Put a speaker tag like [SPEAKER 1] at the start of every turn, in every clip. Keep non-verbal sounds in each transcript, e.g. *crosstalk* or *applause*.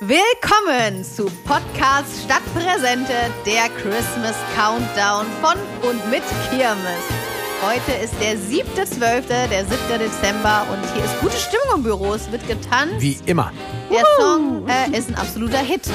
[SPEAKER 1] Willkommen zu Podcast Stadtpräsente, der Christmas Countdown von und mit Kirmes. Heute ist der 7.12., der 7. Dezember und hier ist gute Stimmung im Büro. Es wird getanzt.
[SPEAKER 2] Wie immer.
[SPEAKER 1] Der Song äh, ist ein absoluter Hit.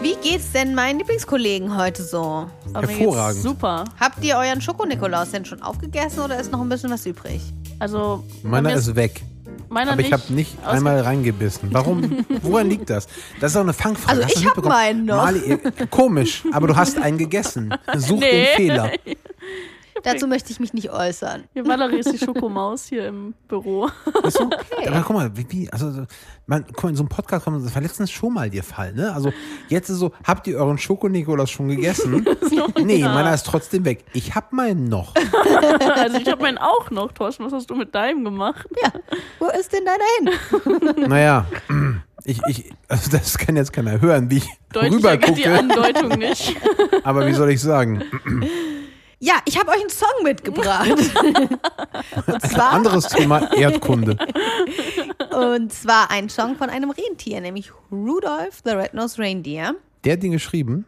[SPEAKER 1] Wie geht's denn meinen Lieblingskollegen heute so?
[SPEAKER 3] Aber mir geht's
[SPEAKER 2] Hervorragend.
[SPEAKER 3] Super.
[SPEAKER 1] Habt ihr euren Schoko-Nikolaus denn schon aufgegessen oder ist noch ein bisschen was übrig?
[SPEAKER 3] Also bei
[SPEAKER 2] Meiner
[SPEAKER 3] mir
[SPEAKER 2] ist weg.
[SPEAKER 3] meiner
[SPEAKER 2] Aber ich habe
[SPEAKER 3] nicht.
[SPEAKER 2] nicht
[SPEAKER 3] aus-
[SPEAKER 2] einmal reingebissen. Warum? Woran liegt das? Das ist auch eine Fangfrage.
[SPEAKER 1] Also
[SPEAKER 2] Hast du
[SPEAKER 1] ich
[SPEAKER 2] das
[SPEAKER 1] hab
[SPEAKER 2] mitbekommen?
[SPEAKER 1] meinen noch.
[SPEAKER 2] Mali, äh, komisch, aber du hast einen gegessen. Such den
[SPEAKER 3] Nee.
[SPEAKER 1] *laughs*
[SPEAKER 2] Fehler.
[SPEAKER 1] Dazu möchte ich mich nicht äußern.
[SPEAKER 3] Hier, Valerie ist die Schokomaus hier im Büro. *laughs*
[SPEAKER 2] Ist so? Aber guck mal, wie, wie also man, guck mal, in so einem Podcast kommt das war letztens schon mal der Fall, ne? Also jetzt ist so, habt ihr euren Schoko-Nikolaus
[SPEAKER 1] *laughs*
[SPEAKER 2] schon gegessen? nee, meiner ist trotzdem weg. Ich hab meinen noch.
[SPEAKER 3] Also ich habe meinen auch noch, Thorsten. Was hast du mit deinem gemacht?
[SPEAKER 1] Ja. Wo ist denn deiner hin?
[SPEAKER 2] Naja, *clears throat* ich, ich, also das kann jetzt keiner hören, wie ich
[SPEAKER 3] Deutlicher geht die
[SPEAKER 2] rübergucke.
[SPEAKER 3] Andeutung nicht.
[SPEAKER 2] *laughs* Aber wie soll ich sagen?
[SPEAKER 1] Ja, ich habe euch einen Song mitgebracht. und, zwar,
[SPEAKER 2] Anderes Thema, Erdkunde.
[SPEAKER 1] und zwar einen Song von einem Rentier, nämlich Rudolph the Red-Nosed Reindeer.
[SPEAKER 2] Der hat den geschrieben.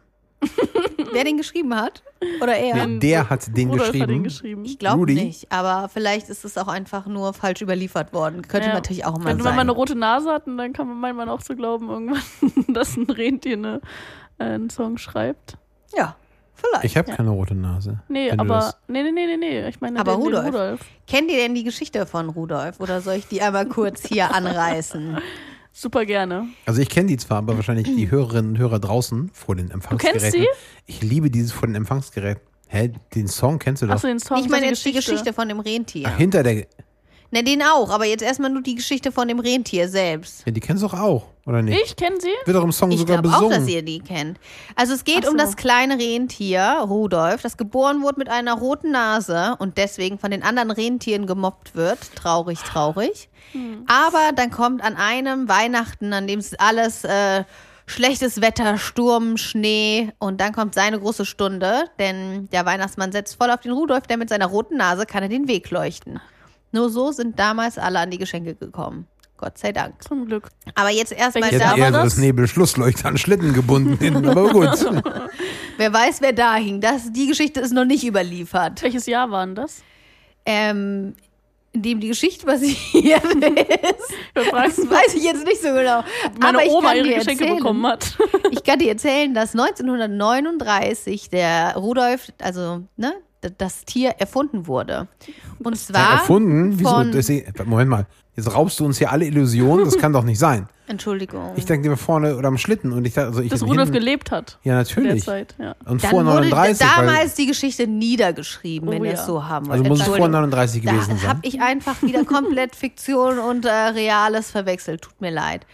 [SPEAKER 1] Wer den geschrieben hat? Oder er?
[SPEAKER 3] Wen-
[SPEAKER 2] Der hat den
[SPEAKER 3] Rudolf
[SPEAKER 2] geschrieben.
[SPEAKER 3] hat den geschrieben.
[SPEAKER 1] Ich glaube
[SPEAKER 2] Rudi?
[SPEAKER 1] nicht, aber vielleicht ist es auch einfach nur falsch überliefert worden. Könnte
[SPEAKER 3] Ja.
[SPEAKER 1] natürlich auch mal
[SPEAKER 3] Wenn man mal
[SPEAKER 1] sein.
[SPEAKER 3] eine rote Nase hat, dann kann man meint man auch zu glauben irgendwann, *laughs* dass ein Rentier eine, äh, einen Song schreibt.
[SPEAKER 1] Ja, vielleicht.
[SPEAKER 2] Ich habe keine rote Nase.
[SPEAKER 3] Nee,
[SPEAKER 2] Wenn du
[SPEAKER 3] aber
[SPEAKER 2] das-
[SPEAKER 3] nee, nee, nee, nee, nee. Ich meine
[SPEAKER 1] Aber
[SPEAKER 3] den,
[SPEAKER 1] Rudolf.
[SPEAKER 3] Den Rudolf.
[SPEAKER 1] Kennt ihr denn die Geschichte von Rudolf oder soll ich die einmal kurz hier anreißen?
[SPEAKER 3] Super gerne.
[SPEAKER 2] Also ich kenne die zwar, aber wahrscheinlich
[SPEAKER 3] *clears throat*
[SPEAKER 2] die Hörerinnen und Hörer draußen vor den Empfangsgeräten.
[SPEAKER 3] sie?
[SPEAKER 2] Ich liebe dieses vor den Empfangsgeräten. Hä, den Song kennst du doch.
[SPEAKER 3] Hast du den Song?
[SPEAKER 1] Ich meine
[SPEAKER 3] die
[SPEAKER 1] jetzt die Geschichte von dem Rentier.
[SPEAKER 2] Ach, hinter der.
[SPEAKER 1] Na, den auch, aber jetzt erstmal nur die Geschichte von dem Rentier selbst.
[SPEAKER 2] Ja, die kennst du doch auch, oder nicht?
[SPEAKER 3] Ich kenne sie.
[SPEAKER 2] Wird doch im Song
[SPEAKER 1] Ich
[SPEAKER 2] sogar
[SPEAKER 1] glaube auch,
[SPEAKER 2] besungen.
[SPEAKER 1] dass ihr die kennt. Also es geht
[SPEAKER 3] Ach
[SPEAKER 1] um
[SPEAKER 3] so.
[SPEAKER 1] das kleine Rentier, Rudolf, das geboren wurde mit einer roten Nase und deswegen von den anderen Rentieren gemobbt wird. Traurig, traurig. Aber dann kommt an einem Weihnachten, an dem es alles äh, schlechtes Wetter, Sturm, Schnee und dann kommt seine große Stunde, denn der Weihnachtsmann setzt voll auf den Rudolf, der mit seiner roten Nase kann er den Weg leuchten. Nur so sind damals alle an die Geschenke gekommen. Gott sei Dank.
[SPEAKER 3] Zum Glück.
[SPEAKER 1] Aber jetzt erstmal
[SPEAKER 3] Welches
[SPEAKER 2] Jetzt
[SPEAKER 3] Da
[SPEAKER 2] da
[SPEAKER 3] war
[SPEAKER 2] eher so
[SPEAKER 3] das.
[SPEAKER 2] das Nebelschlussleuchter an Schlitten gebunden hinten, aber gut.
[SPEAKER 3] *laughs*
[SPEAKER 1] Wer weiß, wer da hing. Das, die Geschichte ist noch nicht überliefert.
[SPEAKER 3] Welches Jahr waren das?
[SPEAKER 2] *laughs*
[SPEAKER 1] Ähm, in dem die Geschichte basiert *laughs* ist,
[SPEAKER 3] Wir
[SPEAKER 1] das
[SPEAKER 3] fragen,
[SPEAKER 1] weiß ich jetzt nicht so genau.
[SPEAKER 3] meine
[SPEAKER 1] Aber ich
[SPEAKER 3] Oma
[SPEAKER 1] kann
[SPEAKER 3] ihre
[SPEAKER 1] dir
[SPEAKER 3] Geschenke
[SPEAKER 1] erzählen,
[SPEAKER 3] bekommen ne? hat. *laughs*
[SPEAKER 1] Ich kann dir erzählen, dass 1939 der Rudolf, also ne, d- das Tier erfunden wurde. Und zwar
[SPEAKER 2] Erfunden? Wieso?
[SPEAKER 1] von-
[SPEAKER 2] Das ist- Moment mal. Jetzt raubst du uns hier alle Illusionen, das kann doch nicht sein.
[SPEAKER 1] Entschuldigung.
[SPEAKER 2] Ich denke, die war vorne oder am Schlitten und ich dachte, also ich
[SPEAKER 3] Dass
[SPEAKER 2] hätte
[SPEAKER 3] Rudolf
[SPEAKER 2] hinten-
[SPEAKER 3] gelebt hat.
[SPEAKER 2] Ja,
[SPEAKER 3] in Der
[SPEAKER 2] natürlich.
[SPEAKER 3] Zeit, ja.
[SPEAKER 2] Und
[SPEAKER 1] Dann
[SPEAKER 2] vor
[SPEAKER 1] wurde
[SPEAKER 2] 39. weil-
[SPEAKER 1] damals die Geschichte niedergeschrieben,
[SPEAKER 3] Oh
[SPEAKER 1] wenn ihr
[SPEAKER 3] ja.
[SPEAKER 1] es so haben wollt.
[SPEAKER 2] also muss es vor
[SPEAKER 1] Entschuldigung.
[SPEAKER 2] 39 gewesen
[SPEAKER 1] Da
[SPEAKER 2] sein.
[SPEAKER 1] habe ich einfach
[SPEAKER 2] *laughs*
[SPEAKER 1] wieder komplett Fiktion und äh, Reales verwechselt. Tut mir leid.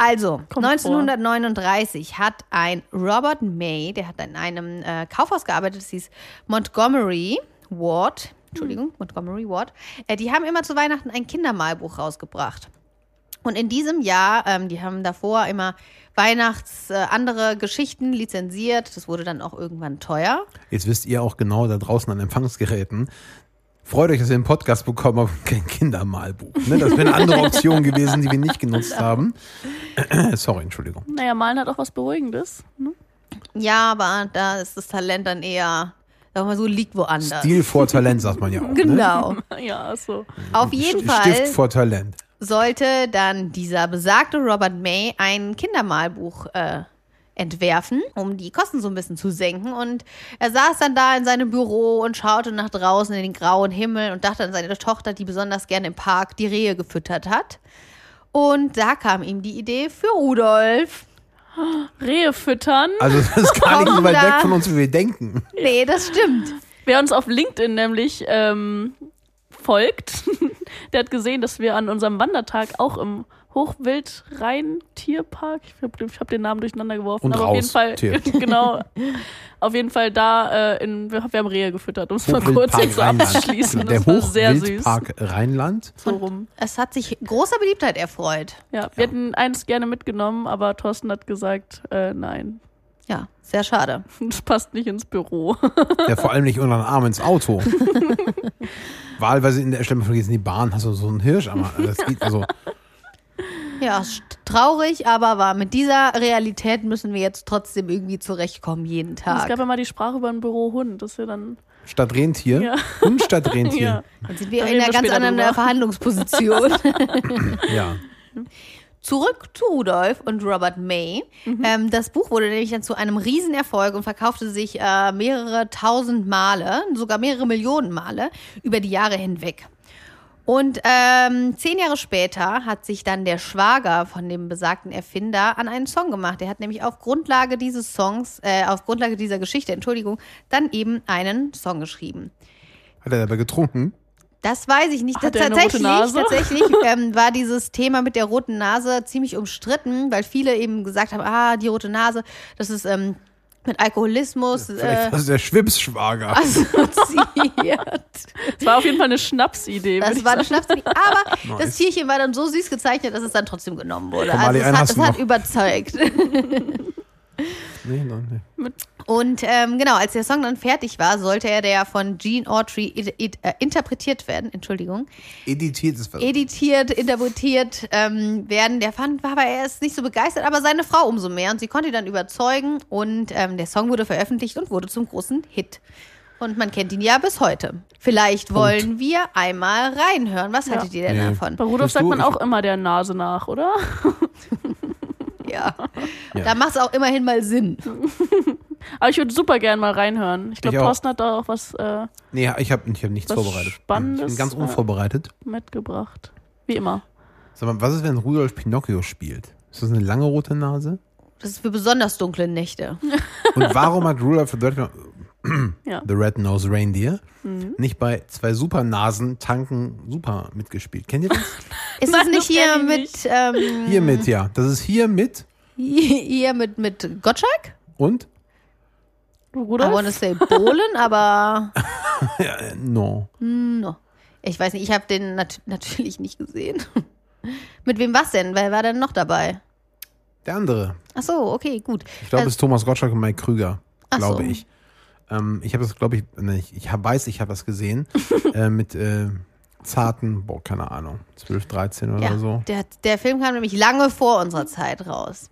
[SPEAKER 1] Also,
[SPEAKER 3] Kommt
[SPEAKER 1] 1939 hat ein Robert May, der hat in einem äh, Kaufhaus gearbeitet, das hieß Montgomery Ward.
[SPEAKER 2] Hm.
[SPEAKER 1] Entschuldigung, Montgomery Ward. Äh, die haben immer zu Weihnachten ein Kindermalbuch rausgebracht. Und in diesem Jahr, ähm, die haben davor immer Weihnachts äh, andere Geschichten lizenziert. Das wurde dann auch irgendwann teuer.
[SPEAKER 2] Jetzt wisst ihr auch genau da draußen an Empfangsgeräten. Freut euch, dass ihr einen Podcast bekommen habt, und kein Kindermalbuch. Ne? Das wäre
[SPEAKER 1] *laughs*
[SPEAKER 2] eine andere Option gewesen, die wir nicht genutzt haben. *clears throat* Sorry, Entschuldigung.
[SPEAKER 3] Naja, Malen hat auch was Beruhigendes. Ne?
[SPEAKER 1] Ja, aber da ist das Talent dann eher, sagen wir mal so, liegt woanders.
[SPEAKER 2] Stil vor Talent, sagt man ja auch.
[SPEAKER 1] Genau.
[SPEAKER 3] *laughs* Ja, also. ach so.
[SPEAKER 1] Auf
[SPEAKER 2] Ne?
[SPEAKER 1] jeden
[SPEAKER 2] St-
[SPEAKER 1] Fall
[SPEAKER 2] Stift vor Talent.
[SPEAKER 1] sollte dann dieser besagte Robert May ein Kindermalbuch äh, entwerfen, um die Kosten so ein bisschen zu senken. Und er saß dann da in seinem Büro und schaute nach draußen in den grauen Himmel und dachte an seine Tochter, die besonders gerne im Park die Rehe gefüttert hat. Und da kam ihm die Idee für Rudolf.
[SPEAKER 3] Rehe füttern.
[SPEAKER 2] Also das ist gar nicht so weit
[SPEAKER 1] Hoppla.
[SPEAKER 2] weg von uns, wie wir denken.
[SPEAKER 1] Nee, das stimmt.
[SPEAKER 3] Wer uns auf LinkedIn nämlich ähm, folgt, *laughs* der hat gesehen, dass wir an unserem Wandertag auch im Hochwildrhein-Tierpark, ich habe ich hab den Namen durcheinander geworfen,
[SPEAKER 2] Und
[SPEAKER 3] aber
[SPEAKER 2] raus,
[SPEAKER 3] auf jeden
[SPEAKER 2] Tier.
[SPEAKER 3] Fall,
[SPEAKER 2] *laughs*
[SPEAKER 3] *laughs* genau, auf jeden Fall da, äh, in, wir, wir haben Rehe gefüttert, um es mal kurz
[SPEAKER 2] Hochwildpark
[SPEAKER 3] jetzt abzuschließen.
[SPEAKER 2] Der
[SPEAKER 3] Das war sehr süß.
[SPEAKER 2] Hochwildpark Rheinland.
[SPEAKER 3] So rum.
[SPEAKER 1] Es hat sich großer Beliebtheit erfreut.
[SPEAKER 3] Ja, wir hätten eins gerne mitgenommen, aber Thorsten hat gesagt, äh, nein, *laughs*
[SPEAKER 1] Ja, sehr schade.
[SPEAKER 3] das passt nicht ins Büro.
[SPEAKER 2] Ja, vor allem nicht unter den Arm ins
[SPEAKER 3] *laughs*
[SPEAKER 2] Auto. Wahlweise in der Stelle vergessen die Bahn, hast du so einen Hirsch am Arm. Das geht also.
[SPEAKER 1] Ja, st- traurig, aber wahr. Mit dieser Realität müssen wir jetzt trotzdem irgendwie zurechtkommen, jeden
[SPEAKER 3] Es gab
[SPEAKER 1] Tag.
[SPEAKER 3] ja mal die Sprache über den Bürohund, dass wir dann.
[SPEAKER 2] Statt Rentier.
[SPEAKER 3] Ja.
[SPEAKER 2] Hund statt Rentier.
[SPEAKER 1] Jetzt sind wir
[SPEAKER 3] Da
[SPEAKER 1] in
[SPEAKER 3] reden
[SPEAKER 1] einer
[SPEAKER 3] wir
[SPEAKER 1] ganz
[SPEAKER 3] später
[SPEAKER 1] anderen
[SPEAKER 3] drüber. *laughs*
[SPEAKER 1] Verhandlungsposition.
[SPEAKER 2] Ja.
[SPEAKER 1] Zurück zu Rudolf und Robert May. Ähm, das Buch wurde nämlich dann zu einem Riesenerfolg und verkaufte sich äh, mehrere tausend Male, sogar mehrere Millionen Male über die Jahre hinweg. Und ähm, zehn Jahre später hat sich dann der Schwager von dem besagten Erfinder an einen Song gemacht. Er hat nämlich auf Grundlage dieses Songs, äh, auf Grundlage dieser Geschichte, Entschuldigung, dann eben einen Song geschrieben.
[SPEAKER 2] Hat er dabei getrunken?
[SPEAKER 1] Das weiß ich nicht.
[SPEAKER 3] Hat
[SPEAKER 1] Tats-
[SPEAKER 3] er eine rote
[SPEAKER 1] tatsächlich
[SPEAKER 3] Nase? *laughs*
[SPEAKER 1] tatsächlich ähm, war dieses Thema mit der roten Nase ziemlich umstritten, weil viele eben gesagt haben, ah, die rote Nase, das ist ähm, mit Alkoholismus
[SPEAKER 2] Vielleicht
[SPEAKER 1] äh,
[SPEAKER 2] war es der Schwips-Schwager.
[SPEAKER 3] *laughs*
[SPEAKER 1] assoziiert.
[SPEAKER 3] Es war auf jeden Fall eine Schnapsidee. würd
[SPEAKER 1] Das
[SPEAKER 3] ich
[SPEAKER 1] war eine
[SPEAKER 3] sagen.
[SPEAKER 1] Schnapsidee. Aber
[SPEAKER 2] Nice.
[SPEAKER 1] das Tierchen war dann so süß gezeichnet, dass es dann trotzdem genommen wurde.
[SPEAKER 2] Komm, Ali,
[SPEAKER 1] Also es
[SPEAKER 2] einen
[SPEAKER 1] hat,
[SPEAKER 2] hast
[SPEAKER 1] es
[SPEAKER 2] du
[SPEAKER 1] hat
[SPEAKER 2] noch.
[SPEAKER 1] überzeugt.
[SPEAKER 2] *laughs* Nee, nein, nee.
[SPEAKER 1] Und ähm, genau, als der Song dann fertig war, sollte er der von Gene Autry id- id- äh, interpretiert werden. Entschuldigung.
[SPEAKER 2] Editiert ist was.
[SPEAKER 1] editiert, interpretiert ähm, werden. Der fand, war aber erst nicht so begeistert, aber seine Frau umso mehr. Und sie konnte ihn dann überzeugen. Und ähm, der Song wurde veröffentlicht und wurde zum großen Hit. Und man kennt ihn ja bis heute. Vielleicht wollen wir einmal reinhören. Was haltet ihr denn
[SPEAKER 2] Nee.
[SPEAKER 1] davon?
[SPEAKER 3] Bei Rudolf
[SPEAKER 2] Bist
[SPEAKER 3] sagt
[SPEAKER 2] du-
[SPEAKER 3] man
[SPEAKER 2] ich-
[SPEAKER 3] auch immer der Nase nach,
[SPEAKER 1] *laughs*
[SPEAKER 3] oder?
[SPEAKER 1] Ja.
[SPEAKER 2] *laughs* Ja.
[SPEAKER 1] Da macht es auch immerhin mal Sinn.
[SPEAKER 3] Aber ich würde super gern mal reinhören. Ich glaube,
[SPEAKER 2] Ich auch.
[SPEAKER 3] Thorsten hat da auch was äh,
[SPEAKER 2] Nee, ich habe ich hab nichts
[SPEAKER 3] Was
[SPEAKER 2] vorbereitet.
[SPEAKER 3] Spannendes,
[SPEAKER 2] ich bin ganz
[SPEAKER 3] äh,
[SPEAKER 2] unvorbereitet.
[SPEAKER 3] mitgebracht. Wie immer.
[SPEAKER 2] Sag mal, was ist, wenn Rudolf Pinocchio spielt? Ist das eine lange rote Nase?
[SPEAKER 1] Das ist für besonders dunkle Nächte.
[SPEAKER 3] *laughs*
[SPEAKER 2] Und warum hat Rudolf the Red,
[SPEAKER 3] Ja.
[SPEAKER 2] *clears throat*
[SPEAKER 3] Mhm.
[SPEAKER 2] the Red Nose Reindeer nicht bei zwei Supernasen tanken super mitgespielt? Kennt ihr das?
[SPEAKER 1] Ist
[SPEAKER 3] Nein,
[SPEAKER 1] das nicht
[SPEAKER 3] das kenn
[SPEAKER 1] hier
[SPEAKER 3] ich
[SPEAKER 1] mit,
[SPEAKER 3] nicht.
[SPEAKER 1] ähm, *laughs*
[SPEAKER 2] Hier mit, ja. Das ist hier mit
[SPEAKER 1] hier mit, mit Gottschalk?
[SPEAKER 2] und
[SPEAKER 1] I wanna
[SPEAKER 3] Rudolf?
[SPEAKER 1] say Bohlen, aber
[SPEAKER 2] äh, no.
[SPEAKER 1] No. Ich weiß nicht, ich habe den nat *laughs* natürlich nicht gesehen. Mit wem war's denn? Wer war denn noch dabei?
[SPEAKER 2] Der andere.
[SPEAKER 1] Ach so, okay, gut.
[SPEAKER 2] Ich glaube,
[SPEAKER 1] Also-
[SPEAKER 2] es ist Thomas Gottschalk und Mike Krüger,
[SPEAKER 1] Ach
[SPEAKER 2] glaube
[SPEAKER 1] so.
[SPEAKER 2] ich. Ähm, ich habe das, glaube ich, ne, ich, ich hab, weiß, ich habe das gesehen
[SPEAKER 1] *laughs*
[SPEAKER 2] äh, mit äh, zarten, boah, keine Ahnung, 12, 13 oder
[SPEAKER 1] ja,
[SPEAKER 2] so.
[SPEAKER 1] der, der Film kam nämlich lange vor unserer Zeit raus.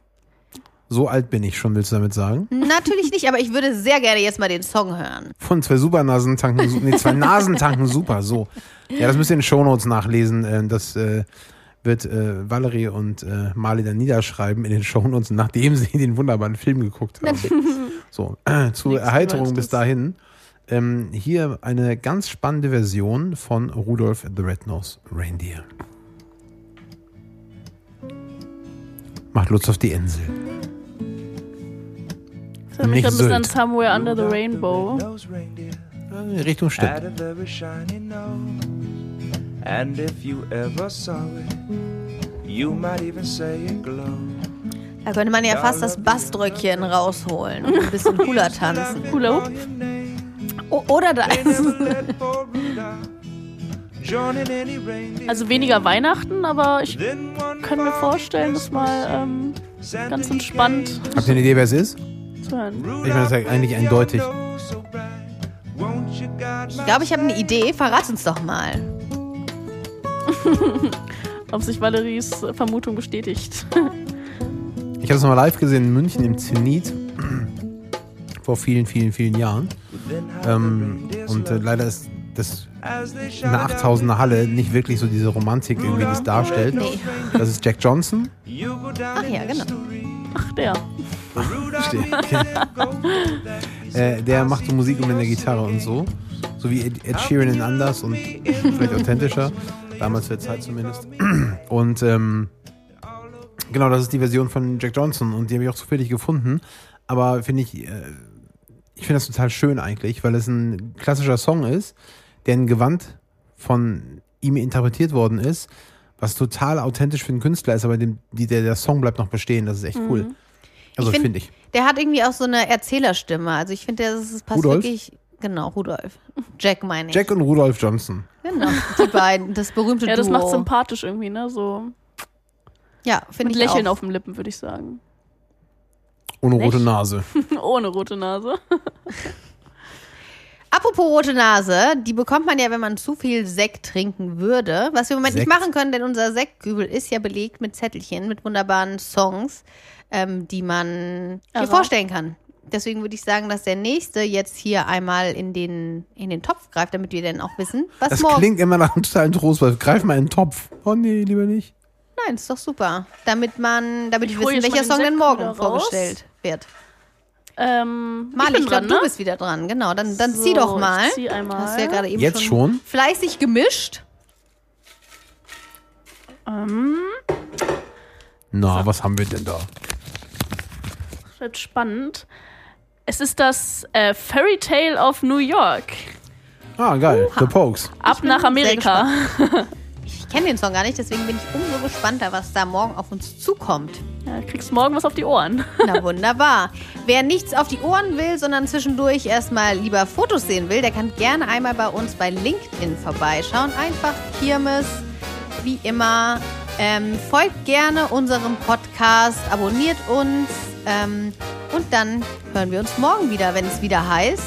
[SPEAKER 2] So alt bin ich schon, willst du damit sagen?
[SPEAKER 1] Natürlich nicht, aber ich würde sehr gerne jetzt mal den Song hören.
[SPEAKER 2] Von zwei Supernasen tanken, su- nee, zwei Nasen tanken super, so. Ja, das müsst ihr in den Shownotes nachlesen. Äh, das äh, wird äh, Valerie und äh, Marley dann niederschreiben in den Shownotes, nachdem sie den wunderbaren Film geguckt haben. so, äh, zur Erheiterung bis dahin. Ähm, hier eine ganz spannende Version von Rudolf the Red-Nosed Reindeer. Macht Lutz auf die Insel.
[SPEAKER 3] Das erinnert
[SPEAKER 2] nicht
[SPEAKER 3] mich ein bisschen an
[SPEAKER 2] Sylt.
[SPEAKER 3] Somewhere Under the Rainbow.
[SPEAKER 4] Those reindeer
[SPEAKER 2] Äh, Richtung Stadt.
[SPEAKER 4] had a very shiny nose. And if you ever saw it, you might even say it glowed.
[SPEAKER 1] Da könnte man ja fast das Bassdröckchen rausholen und ein bisschen
[SPEAKER 2] *laughs*
[SPEAKER 1] Hula tanzen.
[SPEAKER 3] Hula Hoop.
[SPEAKER 1] O oder *laughs* das.
[SPEAKER 3] Also weniger Weihnachten, aber ich kann
[SPEAKER 4] können
[SPEAKER 3] mir vorstellen, das mal ähm, ganz entspannt
[SPEAKER 2] Habt ihr eine Idee, wer es ist?
[SPEAKER 3] zu hören.
[SPEAKER 2] Ich meine, das ist ja eigentlich eindeutig.
[SPEAKER 1] Ich glaube, ich habe eine Idee. Verrat uns doch mal.
[SPEAKER 3] Ob sich Valeries äh, Vermutung bestätigt. *laughs*
[SPEAKER 2] Ich habe es nochmal live gesehen in München im Zenit vor vielen, vielen, vielen Jahren. Ähm, und äh, leider ist das eine 8000er Halle nicht wirklich so diese Romantik, irgendwie, die es darstellt.
[SPEAKER 1] Nee.
[SPEAKER 2] Das ist Jack Johnson.
[SPEAKER 1] Ach ja, genau.
[SPEAKER 3] Ach, der.
[SPEAKER 2] *laughs* äh, der macht so Musik mit der Gitarre und so. So wie Ed, Ed Sheeran in Anders und vielleicht authentischer. Damals zur Zeit zumindest. *clears throat* Und ähm, genau, das ist die Version von Jack Johnson und die habe ich auch zufällig gefunden. Aber finde ich, äh, ich finde das total schön eigentlich, weil es ein klassischer Song ist, der in Gewand von ihm interpretiert worden ist, was total authentisch für einen Künstler ist, aber dem, die, der, der Song bleibt noch bestehen. Das ist echt cool. Also
[SPEAKER 1] find-
[SPEAKER 2] finde find ich.
[SPEAKER 1] Der hat irgendwie auch so eine Erzählerstimme. Also ich finde, das ist- passt
[SPEAKER 2] Rudolf?
[SPEAKER 1] wirklich. Genau, Rudolf. Jack meine ich.
[SPEAKER 2] Jack und Rudolf Johnson.
[SPEAKER 1] Genau, die beiden, das berühmte
[SPEAKER 3] Ja, das
[SPEAKER 1] Duo.
[SPEAKER 3] macht sympathisch irgendwie, ne? So
[SPEAKER 1] Ja, finde
[SPEAKER 3] mit
[SPEAKER 1] ich
[SPEAKER 3] Lächeln
[SPEAKER 1] auch.
[SPEAKER 3] auf den Lippen, würde ich sagen. *laughs*
[SPEAKER 2] Ohne rote
[SPEAKER 1] Nicht?
[SPEAKER 2] Nase.
[SPEAKER 3] Ohne rote Nase.
[SPEAKER 1] Apropos rote Nase, die bekommt man ja, wenn man zu viel Sekt trinken würde. Was wir im Moment
[SPEAKER 2] Sekt?
[SPEAKER 1] nicht machen können, denn unser Sektkübel ist ja belegt mit Zettelchen, mit wunderbaren Songs, ähm, die man hier
[SPEAKER 3] Aha.
[SPEAKER 1] vorstellen kann. Deswegen würde ich sagen, dass der nächste jetzt hier einmal in den, in den Topf greift, damit wir dann auch wissen, was
[SPEAKER 2] Das
[SPEAKER 1] morgen.
[SPEAKER 2] klingt immer nach einem totalen Trostwurf. Greif mal in den Topf. Oh nee, lieber nicht.
[SPEAKER 1] Nein, ist doch super. Damit man, damit
[SPEAKER 3] Ich
[SPEAKER 1] wir
[SPEAKER 3] hol
[SPEAKER 1] wissen,
[SPEAKER 3] jetzt mal
[SPEAKER 1] welcher
[SPEAKER 3] den
[SPEAKER 1] Song denn
[SPEAKER 3] Sekt
[SPEAKER 1] morgen
[SPEAKER 3] wieder raus.
[SPEAKER 1] vorgestellt wird.
[SPEAKER 3] Ähm, ich
[SPEAKER 1] Mali,
[SPEAKER 3] bin
[SPEAKER 1] ich glaube,
[SPEAKER 3] dran,
[SPEAKER 1] du
[SPEAKER 3] ne?
[SPEAKER 1] bist wieder dran. Genau, dann, dann
[SPEAKER 3] So,
[SPEAKER 1] zieh doch mal.
[SPEAKER 3] ich zieh einmal.
[SPEAKER 1] Hast du ja gerade eben
[SPEAKER 2] Jetzt schon?
[SPEAKER 1] fleißig gemischt.
[SPEAKER 2] Na, was haben wir denn da?
[SPEAKER 3] Das wird halt spannend. Es ist das äh, Fairy Tale of New York.
[SPEAKER 2] Ah, geil. The Pokes.
[SPEAKER 3] Ab nach Amerika.
[SPEAKER 1] Ich kenne den Song gar nicht, deswegen bin ich umso gespannter, was da morgen auf uns zukommt.
[SPEAKER 3] Ja, kriegst morgen was auf die Ohren. *laughs*
[SPEAKER 1] Na wunderbar. Wer nichts auf die Ohren will, sondern zwischendurch erstmal lieber Fotos sehen will, der kann gerne einmal bei uns bei LinkedIn vorbeischauen. Einfach Kirmes, wie immer. Ähm, folgt gerne unserem Podcast, abonniert uns ähm, und dann hören wir uns morgen wieder, wenn es wieder heißt.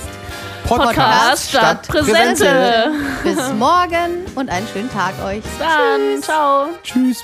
[SPEAKER 3] Podcast statt Präsente.
[SPEAKER 1] Bis morgen und einen schönen Tag euch.
[SPEAKER 3] Bis dann. Ciao.
[SPEAKER 2] Tschüss.